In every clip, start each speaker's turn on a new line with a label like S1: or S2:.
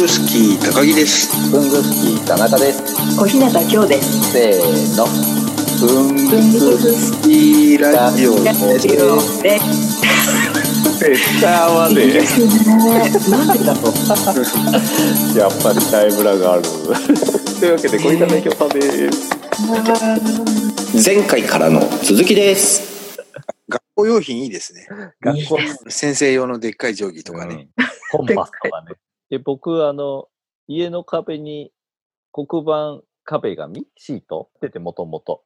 S1: グスキー高木です
S2: ふんぐすき田中です。
S3: 小日向京です。
S2: せーの。ふんぐすき
S1: いいラジオ
S3: ラ
S1: で
S3: ジ
S1: す
S3: オで
S4: 絶対合わねえ
S3: すね。なんでだろう。
S4: やっぱりタイムラがあるというわけでごいただきょさんです
S5: 前回からの続きです。
S1: 学校用品いいですね
S4: 学校
S1: 先生用のでっかい定規とかね、
S2: コンパスとかね。
S4: で僕あの家の壁に黒板壁紙シート出てもともと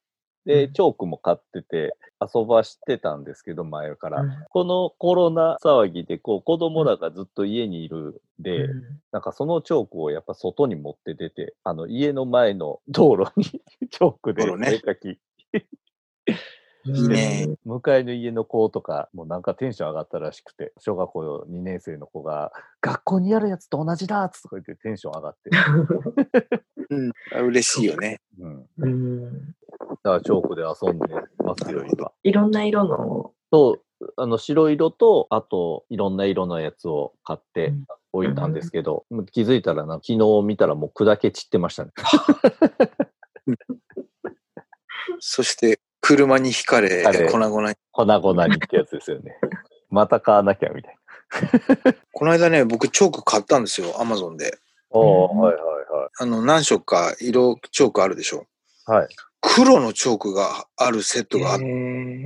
S4: で、チョークも買ってて遊ばしてたんですけど前から、このコロナ騒ぎでこう子供らがずっと家にいるんで、なんかそのチョークをやっぱ外に持って出て、あの家の前の道路に チョークで
S1: 道路ね
S4: お絵描き。
S1: いいね
S4: 向かいの家の子とか、もうなんかテンション上がったらしくて、小学校2年生の子が、学校にやるやつと同じだっつとか言ってテンション上がって。
S1: うん、嬉しいよね
S4: うん。
S3: うん。
S4: だからチョークで遊んでますよ、今。
S3: いろんな色の。
S4: そう、あの白色と、あといろんな色のやつを買って
S3: うん
S4: 置いたんですけど、もう気づいたらな、昨日見たらもう砕け散ってま したね。
S1: そして車にひかれ
S4: あれ
S1: 粉々に
S4: 粉々にってやつですよね。また買わなきゃみたいな。
S1: この間ね僕チョーク買ったんですよアマゾンで
S4: お
S3: うん
S4: いは
S1: あの何色か色チョークあるでしょ
S4: いはい。はい。
S1: 黒のチョークがあるセットがあって、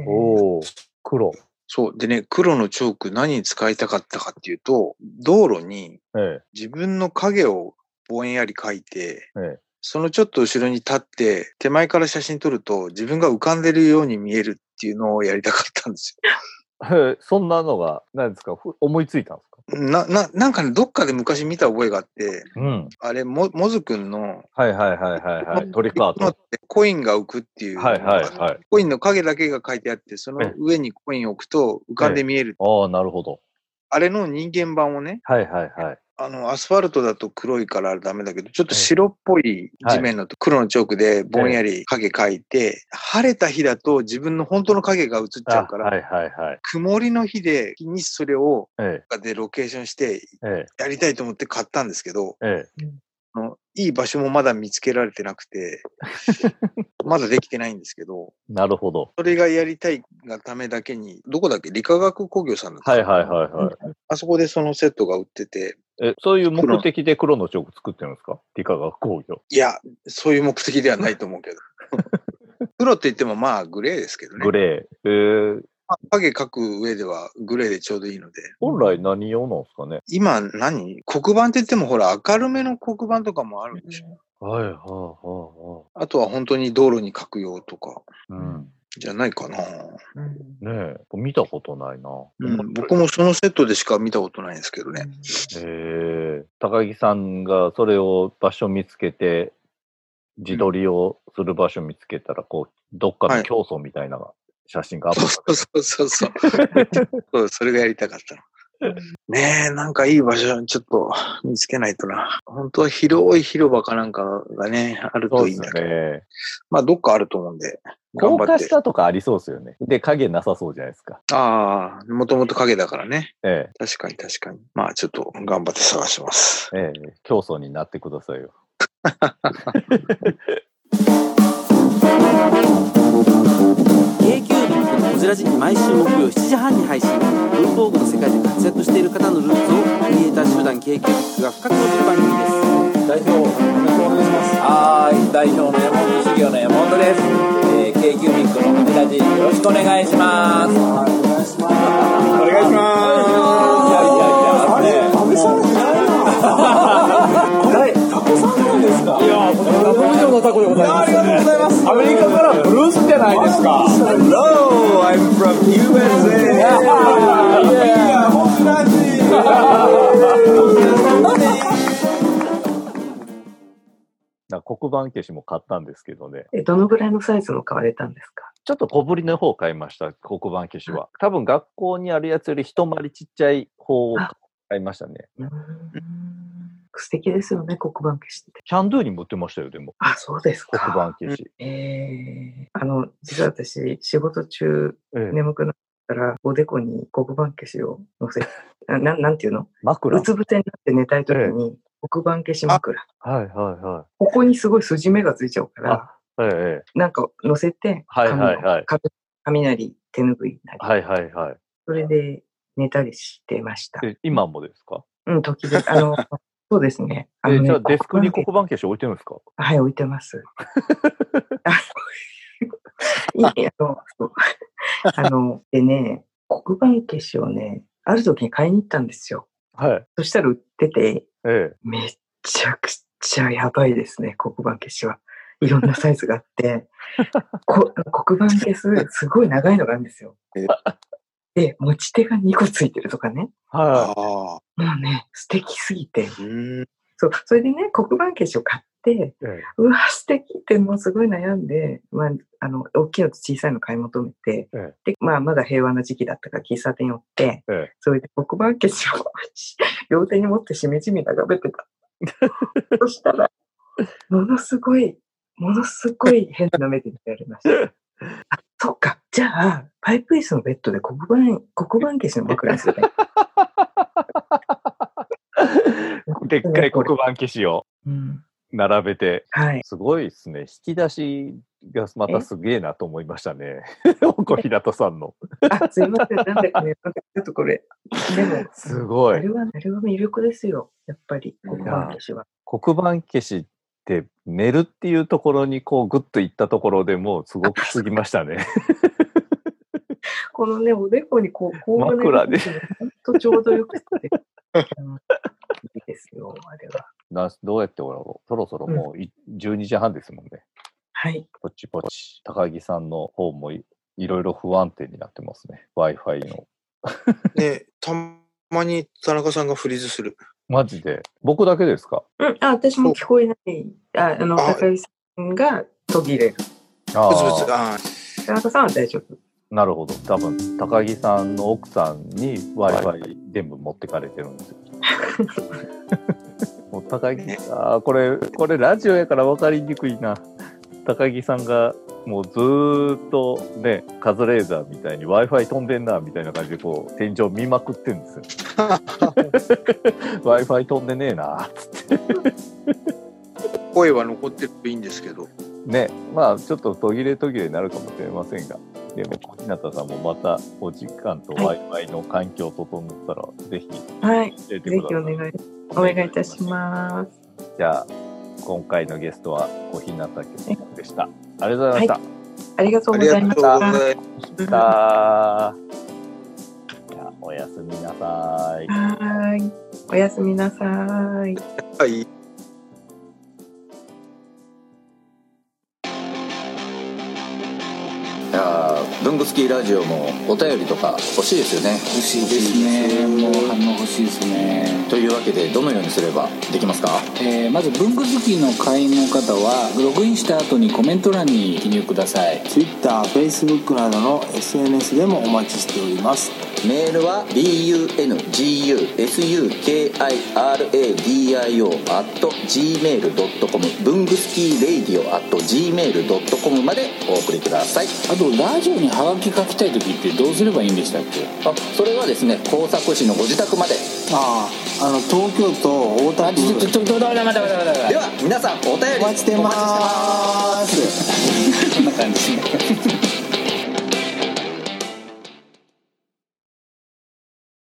S4: おお、黒。
S1: そうでね黒のチョーク何に使いたかったかっていうと道路に
S4: え
S1: 自分の影をぼんやり描いて、
S4: ええ
S1: そのちょっと後ろに立って、手前から写真撮ると自分が浮かんでるように見えるっていうのをやりたかったんです
S4: え。そんなのが、何ですかふ思いついたんですか
S1: よ。 な、な、なんかね、どっかで昔見た覚えがあって、
S4: うん。
S1: あれ、も、もずくんの、
S4: はいはいはいはいはい。トリカー
S1: のっ
S4: ト。
S1: てコインが浮くっていう、
S4: はいはいはい。
S1: コインの影だけが書いてあって、その上にコインを置くと浮かんで見える。
S4: ああ、なるほど。
S1: あれの人間版をね、
S4: はいはいはい。
S1: あの、アスファルトだと黒いからダメだけど、ちょっと白っぽい地面のと黒のチョークでぼんやり影描いて、晴れた日だと自分の本当の影が映っちゃうから、
S4: あはいはいはい。
S1: 曇りの日で日にそれを
S4: え
S1: でロケーションして
S4: え、え
S1: やりたいと思って買ったんですけど、
S4: え、え
S1: あのいい場所もまだ見つけられてなく て、まだできてないんですけど、
S4: え。なるほど。
S1: それがやりたいがためだけに、どこだっけ理化学工業さんだった
S4: はいはいはいはい。
S1: あそこでそのセットが売ってて、
S4: え、そういう目的で黒のチョーク作ってるんですか理化学工業。
S1: いや、そういう目的ではないと思うけど。 黒って言ってもまあグレーですけどね。
S4: グレー。ええ。
S1: まあ影描く上ではグレーでちょうどいいので。
S4: 本来何用なんですかね
S1: 今何黒板って言ってもほら明るめの黒板とかもあるんでしょ。
S4: はいはいは
S1: あとは本当に道路に書く用とか
S4: いはい。うん。
S1: じゃないかな。
S4: ねえ、見たことないな。
S1: うん、僕もそのセットでしか見たことないんですけどね。
S4: えー、高木さんがそれを場所見つけて、自撮りをする場所見つけたら、こう、どっか
S1: は
S4: の
S1: い
S4: 競争みたいな写真がアップ
S1: そう
S4: さ
S1: そうそうそう。 そうそれがやりたかったの。ねえ、なんかいい場所ちょっと見つけないとな。本当は広い広場かなんかがね、ある
S4: れ
S1: と
S4: て
S1: いい
S4: る
S1: んだけど。
S4: ね。
S1: まあ、どっかあると思うんで。頑
S4: 高
S1: 張っ
S4: 架
S1: て。
S4: 下とかありそうですよね。で、影なさそうじゃないですか。
S1: ああ、もともと影だからね。
S4: え
S1: 確かに確かに。まあ、ちょっと頑張って探します。
S4: えええ競争になってくださいよ。
S6: k q b のこじらじ毎週木曜7時半に配信文房具の世界で活躍している方のルーツをクリエイター集団 k q b が深く落ちる番組です
S7: 代表よろしくお願いしますはい代表の山本修行の山本です、えー、k q ミックのこちらじよろしくお願いします
S8: お願いしま
S7: いやいやいや
S8: あ
S7: あのね
S8: れ、食べされてないな。タコさんなんですか。いや、ありがとうございます。アメリカからブルースじゃないですか。Hello, I'm from USA. いや、もうラジ。
S4: なんか黒板消しも買ったんですけどね。
S3: え、どのぐらいのサイズの買われたんですか。
S4: ちょっと小ぶりの方を買いました、黒板消しは。多分学校にあるやつより一回りちっちゃい方を買いましたね。
S3: 素敵ですよね、黒板消しって。
S4: キャンドゥにも売ってましたよ、でも。
S3: あ、そうです
S4: 黒
S3: か。
S4: 板消し。
S3: ええあの、実は私、仕事中、
S4: ええ
S3: 眠くなったら、おでこに黒板消しを乗せ。な、なんていうの。
S4: 枕
S3: うつ伏せになって寝たい時に、黒板消し枕。
S4: はいはいは
S3: ここにすごい筋目がついちゃうから、
S4: い。ええ。
S3: なんか乗せて、
S4: はいはいはい
S3: 髪の髪雷、手ぬぐいなり、
S4: はいはいはい。
S3: それで寝たりしてました。
S4: で今もですか
S3: うん、時々、あ の、そうですね。あの
S4: え
S3: ね
S4: じゃあデスクに黒
S3: 黒板
S4: 板消し置いてるんですか
S3: はい、置いて ます。いやあの、そうあの、でね、黒板消しをね、ある時に買いに行ったんですよ。
S4: はい。
S3: そしたら売ってて、
S4: ええ。
S3: めっちゃくちゃやばいですね、黒板消しは。いろんなサイズがあって、 こ黒板消す、すごい長いのがあるんですよ
S1: え。
S3: で、持ち手が2個ついてるとかね。
S1: あ
S4: は
S1: あ。
S3: もうね、素敵すぎて。
S1: うん。
S3: そう、それでね、黒板消しを買って、
S4: い。え
S3: うわ、素敵ってもうすごい悩んで、まあ、あの、大きいのと小さいの買い求めて、
S4: え
S3: で、まあ、まだ平和な時期だったから喫茶店寄って、
S4: ええ
S3: それで黒板消しを両手に持ってしみじみ眺めてた。そしたら、ものすごい、ものすごい変な目で見られました。あ、そうか。じゃあ、パイプ椅子のベッドで黒板、黒板消しの枕にすればいい。
S4: え。 でっかい黒板消しを
S3: うん。
S4: 並べて。
S3: はい。
S4: すごいですね。引き出しがまたすげえなと思いました ね。岡日向さんの。
S3: あ、すいません。なんだかね、なんかちょっとこれ。でも、
S4: すご
S3: あ
S4: い
S3: れ。は、あれは魅力ですよ。やっぱり、黒板消しは。
S4: 黒板消しって寝るっていうところにこうグッといったところでもうすごく過ぎました ね。
S3: このね、おでこにこ う、こう
S4: 枕で
S3: ほんとちょうどよくて。うんいいですよ、あれは。
S4: などうやっておらろうそろそろもうい12時半ですもんね。
S3: はい。
S4: ポチポチ。高木さんの方もいいろいろ不安定になってますね。Wi-Fi の。
S1: ねたまに田中さんがフリーズする。
S4: マジで。僕だけですか
S3: うん、あ、私も聞こえない。あ、あの、
S1: あ
S3: 高木さんが途切れる。
S4: あ
S1: ブ
S4: ー
S1: ツブツ。ああ。
S3: 田中さんは大丈夫。
S4: なるほど。多分、高木さんの奥さんに Wi-Fi 全部持ってかれてるんですよ。 もう高木
S1: ね、
S4: あーこれ、これラジオやから分かりにくいな。高木さんがもうずーっとね、カズレーザーみたいに Wi-Fi 飛んでんな、みたいな感じでこう、天井見まくってんですよ。Wi-Fi 飛んでねえな、つって。
S1: 声は残ってるといいんですけど。
S4: ね、まあちょっと途切れ途切れになるかもしれませんが、でも、小日向さんもまたお時間と
S3: は
S4: Wi-Fi の環境を整ったら、ぜひ
S3: はい。
S4: 教えて
S3: ぜ
S4: く
S3: ひ
S4: ださ
S3: お
S4: い。
S3: 願い、お願いいたします。
S4: す。じゃあ、今回のゲストは小日向家でした。ありがとうございました。
S3: ありがとう
S1: あ
S3: ご
S1: り
S3: ざ
S1: が
S3: いまし
S1: とうご
S3: た。
S1: ざい
S4: さあじゃあおやすみなさい。
S3: はい。おやすみなさい。
S1: ます。はい。
S5: いやー文具好きラジオもお便りとか欲しいですよね
S2: 欲しいですねもう反応欲しいですね
S5: というわけでどのようにすればできますか
S2: えーまず文具好きの会員の方はログインした後にコメント欄に記入ください TwitterFacebook などの SNS でもお待ちしております
S5: メールは bungusukiradio.gmail.com 文具スキーレイディオ .gmail.com までお送りください
S2: あとラジオにハガキ書きたい時ってどうすればいいんでしたっけ
S5: あそれはですね工作士のご自宅まで
S2: あああの東京都大田区ちょっと待って待って待って
S5: では皆さんお便り
S2: お待ちしてますこんな感じですね